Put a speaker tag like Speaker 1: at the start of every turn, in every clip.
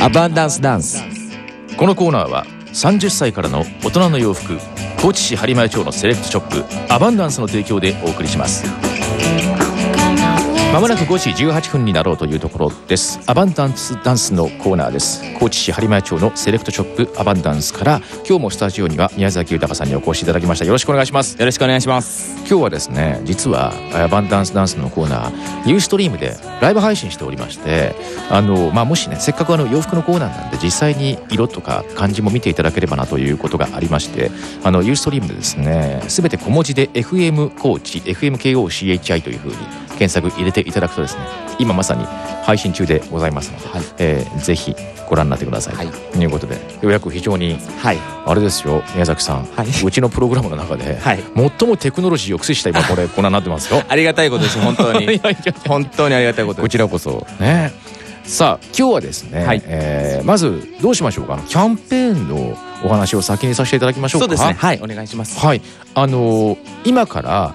Speaker 1: アバンダンスダンス
Speaker 2: このコーナーは30歳からの大人の洋服高知市播磨屋町のセレクトショップアバンダンスの提供でお送りしますまもなく5時18分になろうというところですアバンダンスダンスのコーナーです高知市播磨屋町のセレクトショップアバンダンスから今日もスタジオには宮崎豊さんにお越しいただきましたよろしくお願いします
Speaker 3: よろしくお願いします
Speaker 2: 今日はですね実はアバンダンスダンスのコーナーユーストリームでライブ配信しておりましてあの、まあ、もしねせっかくあの洋服のコーナーなんで実際に色とか漢字も見ていただければなということがありましてあのユーストリームでですね全て小文字で FM コーチ FMKOCHI というふうに検索入れていただくとですね今まさに配信中でございますので、
Speaker 3: はい
Speaker 2: えーぜひご覧になってください、
Speaker 3: はい
Speaker 2: ということでようやく非常に
Speaker 3: はい
Speaker 2: あれですよ宮崎さん、
Speaker 3: はいう
Speaker 2: ちのプログラムの中で、
Speaker 3: はい
Speaker 2: 最もテクノロジーを駆使した今これこんなになってますよ。
Speaker 3: あり がたいことです本当
Speaker 2: いやい
Speaker 3: に
Speaker 2: やいや
Speaker 3: 本当にありがたいこと
Speaker 2: こ
Speaker 3: で
Speaker 2: ちらこそねさあ今日はですね、
Speaker 3: はい
Speaker 2: えーまずどうしましょうかあのキャンペーンのお話を先にさせていただきましょ
Speaker 3: す
Speaker 2: うか
Speaker 3: そうですねはいお願いします
Speaker 2: はいあのー今から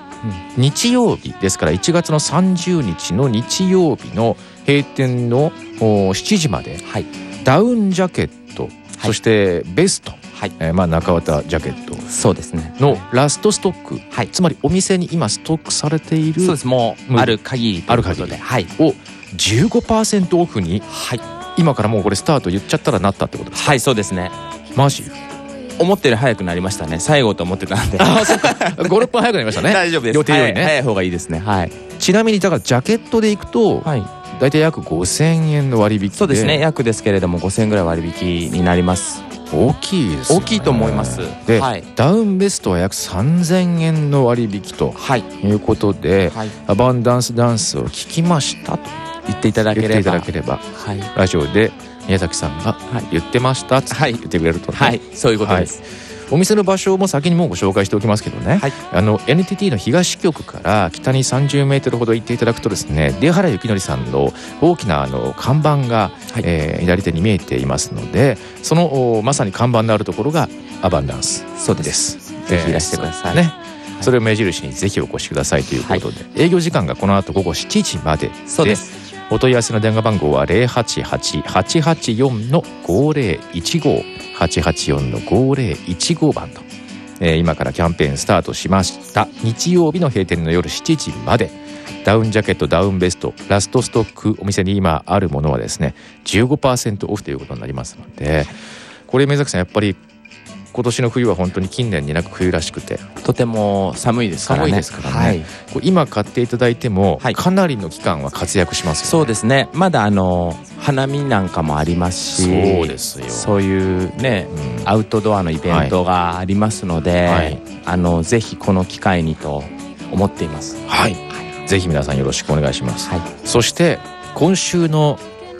Speaker 2: 日曜日ですから1月の30日の日曜日の閉店のお7時まで
Speaker 3: はい
Speaker 2: ダウンジャケット、そしてベスト、
Speaker 3: はい
Speaker 2: えーまあ、中綿ジャケット
Speaker 3: そうですね
Speaker 2: のラストストック、
Speaker 3: はい
Speaker 2: つまりお店に今ストックされている
Speaker 3: そうですもう
Speaker 2: 無
Speaker 3: ある限りということで
Speaker 2: ある限り
Speaker 3: はい
Speaker 2: を15%オフに
Speaker 3: はい
Speaker 2: 今からもうこれスタート言っちゃったらなったってことです
Speaker 3: はいそうですね
Speaker 2: マ ジ
Speaker 3: 思ったより早くなりましたね最後と思ってたんで
Speaker 2: 56分早くなりましたね
Speaker 3: 大丈夫です
Speaker 2: 予定より
Speaker 3: はい
Speaker 2: ね、
Speaker 3: 早い方がいいですねはい
Speaker 2: ちなみにだからジャケットでいくと
Speaker 3: はい
Speaker 2: 大体約5000円の割引で
Speaker 3: そうですね約ですけれども5000円ぐらい割引になります
Speaker 2: 大きいですよね
Speaker 3: 大きいと思います
Speaker 2: で、
Speaker 3: はい
Speaker 2: ダウンベストは約3000円の割引と
Speaker 3: はい
Speaker 2: いうことで、
Speaker 3: はい
Speaker 2: アバンダンスダンスを聞きましたと
Speaker 3: 言っていただ
Speaker 2: 言
Speaker 3: け
Speaker 2: って
Speaker 3: れ
Speaker 2: いた
Speaker 3: ば
Speaker 2: だければ
Speaker 3: はい
Speaker 2: ラジオで宮崎さんが「言ってました」って
Speaker 3: はい
Speaker 2: 言ってくれるとね、
Speaker 3: はいそういうことです
Speaker 2: お店の場所も先にもうご紹介しておきますけどね、
Speaker 3: はい
Speaker 2: あの NTT の東局から北に30メートルほど行っていただくとですね出原幸則さんの大きなあの看板が、
Speaker 3: はい
Speaker 2: えー左手に見えていますのでそのおまさに看板のあるところがアバンダンス
Speaker 3: そう
Speaker 2: で
Speaker 3: です
Speaker 2: す。
Speaker 3: ぜひいらしてください
Speaker 2: ねそれを目印にぜひお越しくださいということで、営業時間がこの後午後7時まで
Speaker 3: そうです
Speaker 2: お問い合わせの電話番号は088-884の5015 884の5015番と、えー今からキャンペーンスタートしました日曜日の閉店の夜7時までダウンジャケットダウンベストラストストックお店に今あるものはですね15%オフということになりますのでこれ目崎さんやっぱり今年の冬は本当に近年になく冬らしくて
Speaker 3: とても寒いですからね
Speaker 2: 寒いですからね
Speaker 3: はい
Speaker 2: こう今買っていただいても
Speaker 3: はい
Speaker 2: かなりの期間は活躍しますよね
Speaker 3: そうですねまだあの花見なんかもありますし
Speaker 2: そうですよ
Speaker 3: そういうね
Speaker 2: うん
Speaker 3: アウトドアのイベントがありますので、
Speaker 2: はい
Speaker 3: あのぜひこの機会にと思っています
Speaker 2: はい、ぜひ皆さんよろしくお願いします。
Speaker 3: はい
Speaker 2: そして今週の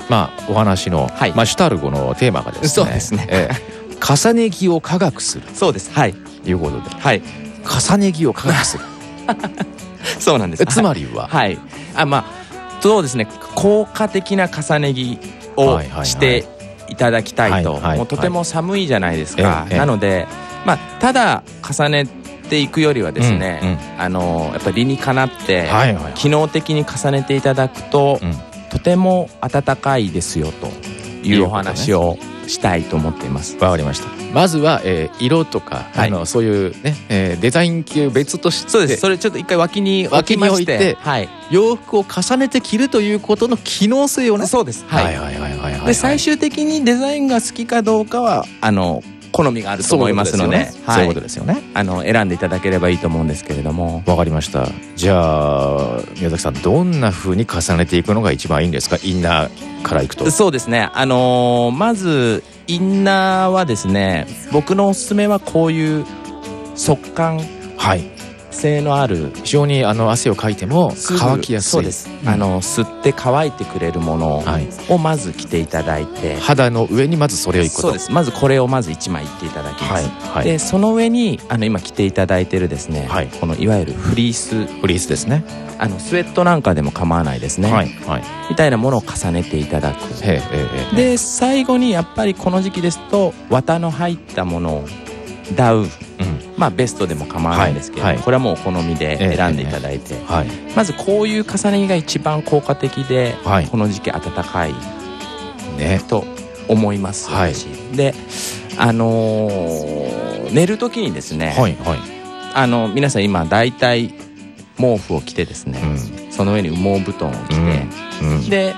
Speaker 2: まあお話の、
Speaker 3: はい
Speaker 2: まあシュタルゴのテーマがですね、
Speaker 3: そうですね
Speaker 2: ええ重ね着を科学する
Speaker 3: そうですはい
Speaker 2: ということで、
Speaker 3: はい
Speaker 2: 重ね着を科学す る。
Speaker 3: そうなんで
Speaker 2: え
Speaker 3: す
Speaker 2: つまりは、
Speaker 3: はい、はいあまあそうですね効果的な重ね着を
Speaker 2: はいはいはい
Speaker 3: していただきたいと、
Speaker 2: はいはいはい
Speaker 3: もうとても寒いじゃないですか、
Speaker 2: ええええ
Speaker 3: なので、まあ、ただ重ねていくよりはですね、
Speaker 2: うんうん
Speaker 3: あのやっぱり理にかなって、
Speaker 2: はいはいはい
Speaker 3: 機能的に重ねていただくと、
Speaker 2: うん
Speaker 3: とても暖かいですよというお話をしたいと思っています。
Speaker 2: わかりました。まずは、えー色とか、
Speaker 3: はい
Speaker 2: あのそういうね、えーデザイン系別として、
Speaker 3: そうです。それちょっと一回脇に置
Speaker 2: 脇
Speaker 3: き
Speaker 2: に
Speaker 3: ま
Speaker 2: 置
Speaker 3: し
Speaker 2: いて
Speaker 3: て、はい、
Speaker 2: 洋服を重ねて着るということの機能性をね。
Speaker 3: そうです。はい。
Speaker 2: はいはいはいはいはい、
Speaker 3: で最終的にデザインが好きかどうかはあの好みがあると思いますので、
Speaker 2: そうい
Speaker 3: は
Speaker 2: う
Speaker 3: い
Speaker 2: ことですよね。
Speaker 3: あの選んでいただければいいと思うんですけれども、
Speaker 2: わかりましたじゃあ宮崎さんどんな風に重ねていくのが一番いいんですかインナーからいくと
Speaker 3: そうですね。あのーまずインナーはですね、僕のおすすめはこういう速乾
Speaker 2: はい
Speaker 3: 性のある
Speaker 2: 非常にあの汗をかいても
Speaker 3: すぐ
Speaker 2: 乾きやすい
Speaker 3: そうです、
Speaker 2: ん
Speaker 3: あの吸って乾いてくれるもの
Speaker 2: はい
Speaker 3: をまず着ていただいて、
Speaker 2: 肌の上にまずそれをいくこと
Speaker 3: そうですまずこれをまず1枚いっていただきま
Speaker 2: はい
Speaker 3: す、
Speaker 2: はい
Speaker 3: でその上にあの今着ていただいてるですね、
Speaker 2: はい
Speaker 3: このいわゆるフリース
Speaker 2: フリースですね
Speaker 3: あのスウェットなんかでも構わないですね、
Speaker 2: はいはい
Speaker 3: みたいなものを重ねていただく
Speaker 2: へえへえへえ
Speaker 3: で最後にやっぱりこの時期ですと綿の入ったものをダウン
Speaker 2: うん
Speaker 3: まあベストでも構わないんですけれど、
Speaker 2: はいはい
Speaker 3: これはもうお好みで
Speaker 2: ええ
Speaker 3: 選んでいただいて、
Speaker 2: はい
Speaker 3: まずこういう重ね着が一番効果的で、
Speaker 2: はい
Speaker 3: この時期暖かい
Speaker 2: ね
Speaker 3: と思います、
Speaker 2: はい
Speaker 3: 私であのー寝る時にですね、
Speaker 2: はいはい、
Speaker 3: あの皆さん今大体毛布を着てですね、その上に羽毛布団を着て、
Speaker 2: うんうん、
Speaker 3: で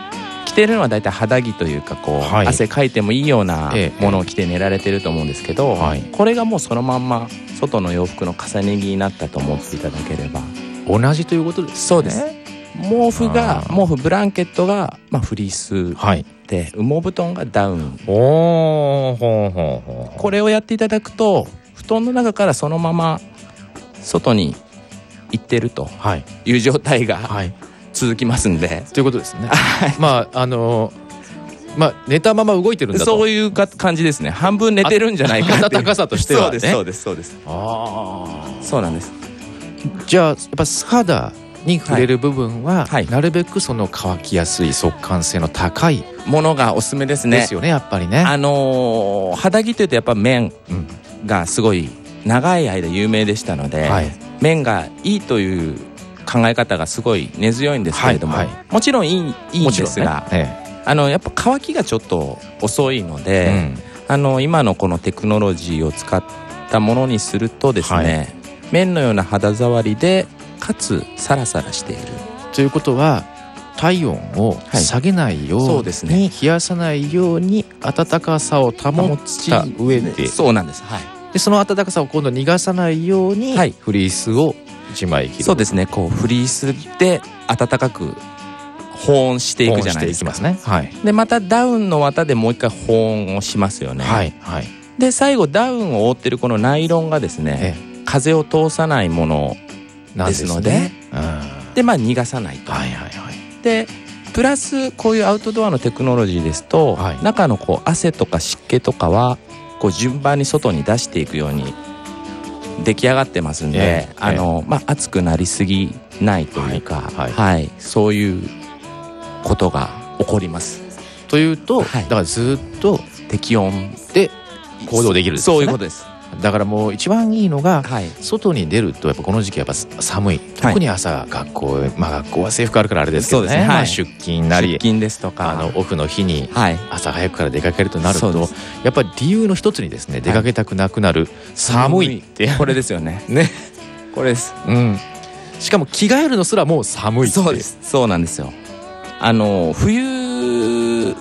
Speaker 3: 着てるのは大体肌着というかこう、
Speaker 2: はい
Speaker 3: 汗かいてもいいような
Speaker 2: ええ
Speaker 3: ものを着て寝られてると思うんですけど、
Speaker 2: はい
Speaker 3: これがもうそのまんま外の洋服の重ね着になったと思っていただければ
Speaker 2: 同じということですね
Speaker 3: そうです毛布が
Speaker 2: あー
Speaker 3: 毛布ブランケットが、まあ、フリース
Speaker 2: はい
Speaker 3: で羽毛布団がダウン
Speaker 2: おーほんほんほん
Speaker 3: これをやっていただくと布団の中からそのまま外に行ってると
Speaker 2: はい
Speaker 3: いう状態が
Speaker 2: はい
Speaker 3: 続きますんで、
Speaker 2: ということですねまああのまあ寝たまま動いてるんだと
Speaker 3: そういうか感じですね半分寝てるんじゃないかってい
Speaker 2: 暖
Speaker 3: う
Speaker 2: かさとしてはね
Speaker 3: そうですそうですそうで
Speaker 2: あ
Speaker 3: すそうなんです
Speaker 2: ーじゃあやっぱ肌に触れる部分は、
Speaker 3: はい
Speaker 2: なるべくその乾きやすい速乾性の高い
Speaker 3: ものがおすすめですね
Speaker 2: ですよねやっぱりね
Speaker 3: あのー肌着というとやっぱ綿
Speaker 2: うん
Speaker 3: がすごい長い間有名でしたので、
Speaker 2: はい
Speaker 3: 綿がいいという考え方がすごい根強いんですけれども、
Speaker 2: はいは
Speaker 3: もちろんいいいいんですが、
Speaker 2: ねね
Speaker 3: あのやっぱ乾きがちょっと遅いので、あの今のこのテクノロジーを使ったものにするとですね、綿のような肌触りでかつサラサラしている
Speaker 2: うんということは体温を
Speaker 3: はい
Speaker 2: 下げないように、
Speaker 3: そうですね
Speaker 2: 冷やさないように暖かさを保った上で
Speaker 3: そうなんですはい、
Speaker 2: でその暖かさを今度逃がさないように、
Speaker 3: はい
Speaker 2: フリースを1枚着る
Speaker 3: そうですねこうフリースで暖かく保温していくじゃないです
Speaker 2: 保
Speaker 3: か
Speaker 2: 温していきますねはい
Speaker 3: でまたダウンの綿でもう一回保温をしますよね、
Speaker 2: はいはい
Speaker 3: で最後ダウンを覆ってるこのナイロンがですね
Speaker 2: え
Speaker 3: 風を通さないもの
Speaker 2: なんです
Speaker 3: ですの
Speaker 2: の
Speaker 3: で
Speaker 2: でうんは
Speaker 3: でまあ逃がさないと、
Speaker 2: いはいはい
Speaker 3: でプラスこういうアウトドアのテクノロジーですと、
Speaker 2: はい
Speaker 3: 中のこう汗とか湿気とかはこう順番に外に出していくように出来上がってますんで、
Speaker 2: ええ
Speaker 3: あのまあ、暑くなりすぎないというか、は
Speaker 2: はいい
Speaker 3: そういうことが起こります
Speaker 2: というと、
Speaker 3: はい
Speaker 2: だからずっと
Speaker 3: 適温
Speaker 2: で行動できるんですね
Speaker 3: そういうことです、
Speaker 2: だからもう一番いいのが
Speaker 3: はい、
Speaker 2: 外に出るとやっぱこの時期やっぱ寒い特に朝学校、まあ学校は制服あるからあれですけど
Speaker 3: そう
Speaker 2: ね
Speaker 3: ですね
Speaker 2: ま
Speaker 3: は
Speaker 2: あ、
Speaker 3: い
Speaker 2: 出勤なり
Speaker 3: 出勤ですとか
Speaker 2: あのオフの日に
Speaker 3: はい
Speaker 2: 朝早くから出かけるとなる
Speaker 3: そうで
Speaker 2: と
Speaker 3: す
Speaker 2: やっぱり理由の一つにですね出かけたくなくなる、寒いって、
Speaker 3: これですよ ね
Speaker 2: ね
Speaker 3: これです
Speaker 2: うん、しかも着替えるのすらもう寒いって
Speaker 3: そうですそうなんですよあの冬、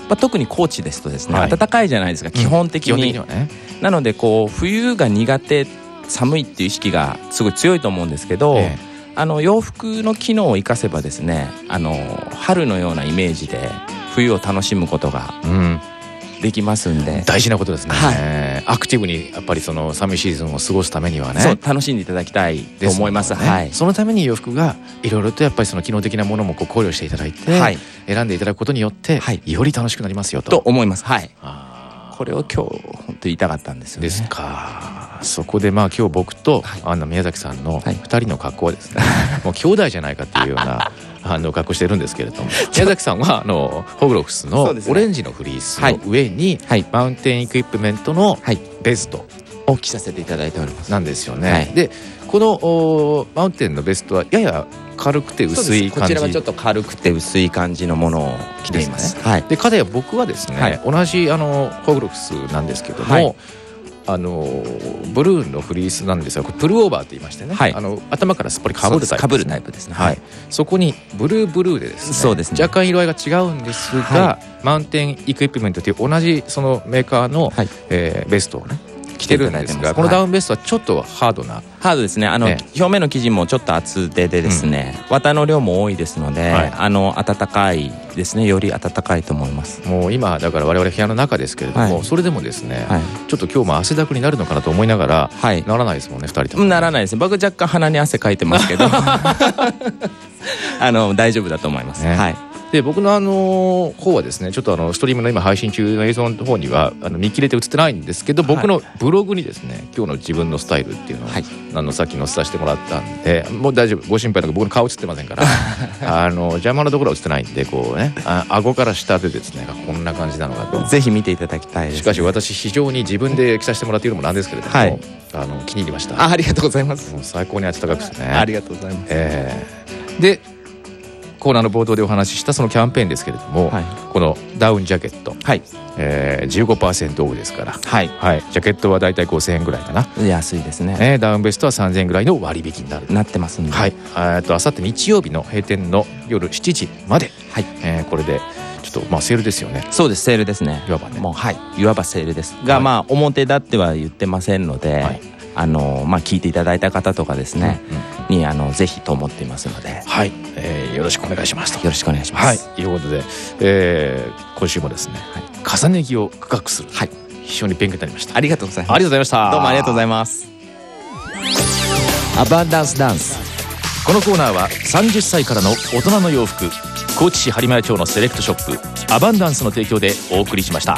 Speaker 3: まあ、特に高知ですとですね、
Speaker 2: はい
Speaker 3: 暖かいじゃないですか基本的
Speaker 2: 基本的
Speaker 3: に,、
Speaker 2: にはね
Speaker 3: なのでこう冬が苦手寒いっていう意識がすごい強いと思うんですけど、
Speaker 2: え
Speaker 3: あの洋服の機能を生かせばですねあの春のようなイメージで冬を楽しむことが
Speaker 2: えうん、
Speaker 3: できますんで、
Speaker 2: 大事なことですね、
Speaker 3: は
Speaker 2: アクティブにやっぱりその寒いシーズンを過ごすためにはね
Speaker 3: そう楽しんでいただきたいと
Speaker 2: ですも
Speaker 3: 思
Speaker 2: んね
Speaker 3: いますはい、
Speaker 2: そのために洋服がいろいろとやっぱりその機能的なものもこう考慮していただいて、
Speaker 3: はい、
Speaker 2: 選んでいただくことによって、
Speaker 3: はい
Speaker 2: より楽しくなりますよと。
Speaker 3: と思いますはい
Speaker 2: あ
Speaker 3: これを今日本当に言いたかったんです
Speaker 2: ー
Speaker 3: よね
Speaker 2: ですか。そこでまあ今日僕と、
Speaker 3: はい
Speaker 2: あの宮崎さんの
Speaker 3: はい
Speaker 2: 2人の格好は ですね、もう兄弟じゃないかっていうようなあの格好してるんですけれ ども宮崎さんはあのホグロフス
Speaker 3: そ
Speaker 2: の
Speaker 3: うですね
Speaker 2: オレンジのフリースの上に、
Speaker 3: はい
Speaker 2: マウンテンエクイプメントの
Speaker 3: はい
Speaker 2: ベスト
Speaker 3: を着させていただいております
Speaker 2: なんですよね。
Speaker 3: はい
Speaker 2: でこのおマウンテンのベストはやや軽くて薄い
Speaker 3: こ
Speaker 2: 感
Speaker 3: ち
Speaker 2: じ
Speaker 3: らはちょっと軽くて薄い感じのものを着ていますはい
Speaker 2: で彼は僕はですね、
Speaker 3: はい
Speaker 2: 同じあのホグロフスなんですけども、
Speaker 3: はい
Speaker 2: あのブルーのフリースなんですがこれプルオーバーって言いましてね、
Speaker 3: はい
Speaker 2: あの頭からすっぽりかぶるタイプ
Speaker 3: かぶるタイプですね
Speaker 2: はい、そこにブルーブルーでですね
Speaker 3: そうですね
Speaker 2: 若干色合いが違うんですが、
Speaker 3: は
Speaker 2: マウンテンイクイプメントという同じそのメーカーの、
Speaker 3: はい
Speaker 2: えーベストをね着てるんですが
Speaker 3: 着ていただいてます
Speaker 2: この
Speaker 3: はい
Speaker 2: ダウンベストはちょっとハードな、
Speaker 3: ハードですねあの、
Speaker 2: え
Speaker 3: 表面の生地もちょっと厚手でですね、綿の量も多いですので、
Speaker 2: はい
Speaker 3: あの暖かいですねより暖かいと思います
Speaker 2: もう今だから我々部屋の中ですけれども、
Speaker 3: はい
Speaker 2: それでもですね、
Speaker 3: はい、
Speaker 2: ちょっと今日も汗だくになるのかなと思いながら
Speaker 3: はい、
Speaker 2: ならないですもんね2人とも。
Speaker 3: ならないですね僕若干鼻に汗かいてますけどあの大丈夫だと思います、
Speaker 2: ね
Speaker 3: はい
Speaker 2: で僕のあの方はですねちょっとあのストリームの今配信中の映像の方にはあの見切れて映ってないんですけど
Speaker 3: はい
Speaker 2: 僕のブログにですね、今日の自分のスタイルっていうのを、
Speaker 3: はい
Speaker 2: あのさっき載せさせてもらったんでもう大丈夫ご心配なく僕の顔映ってませんから あの邪魔なところは映ってないんでこうねあ顎から下でですねこんな感じなのかと。
Speaker 3: ぜひ見ていただきたいです
Speaker 2: しかし私非常に自分で着させてもらっているのもなんですけれども、
Speaker 3: はい
Speaker 2: あの気に入りました
Speaker 3: あありがとうございます、
Speaker 2: もう最高に暖かくてね
Speaker 3: ありがとうございます
Speaker 2: ええでコーナーの冒頭でお話ししたそのキャンペーンですけれども、
Speaker 3: はい
Speaker 2: このダウンジャケット、
Speaker 3: はい
Speaker 2: えー、15%オフですから、
Speaker 3: はい
Speaker 2: はい、ジャケットはだいたい5000円ぐらいかな、
Speaker 3: 安いですね
Speaker 2: ね、ダウンベストは3000円ぐらいの割引になる
Speaker 3: なってますんでは、
Speaker 2: はいい、えっとあさって日曜日の閉店の夜7時まで、えーこれでちょっとまあセールですよね
Speaker 3: そうですセールですね
Speaker 2: いわばね
Speaker 3: もうはいいわばセールですが、
Speaker 2: はい
Speaker 3: まあ表立っては言ってませんので、
Speaker 2: はい
Speaker 3: あのまあ聞いていただいた方とかですね、
Speaker 2: うんうん
Speaker 3: にあのぜひと思っていますのでよ
Speaker 2: はい、えーよろしくお願いしますと
Speaker 3: ろしくお願いしま
Speaker 2: はい
Speaker 3: す、
Speaker 2: ということで、えー今週もですね、重ね着を区画する、
Speaker 3: はい
Speaker 2: 非常に勉強になりました
Speaker 3: ありがとうございます
Speaker 2: ありがとうございました
Speaker 3: どうもありがとうござ
Speaker 2: い
Speaker 3: いますアバンダンスダンス
Speaker 2: ますこのコーナーは30歳からの大人の洋服高知市播磨屋町のセレクトショップアバンダンスの提供でお送りしました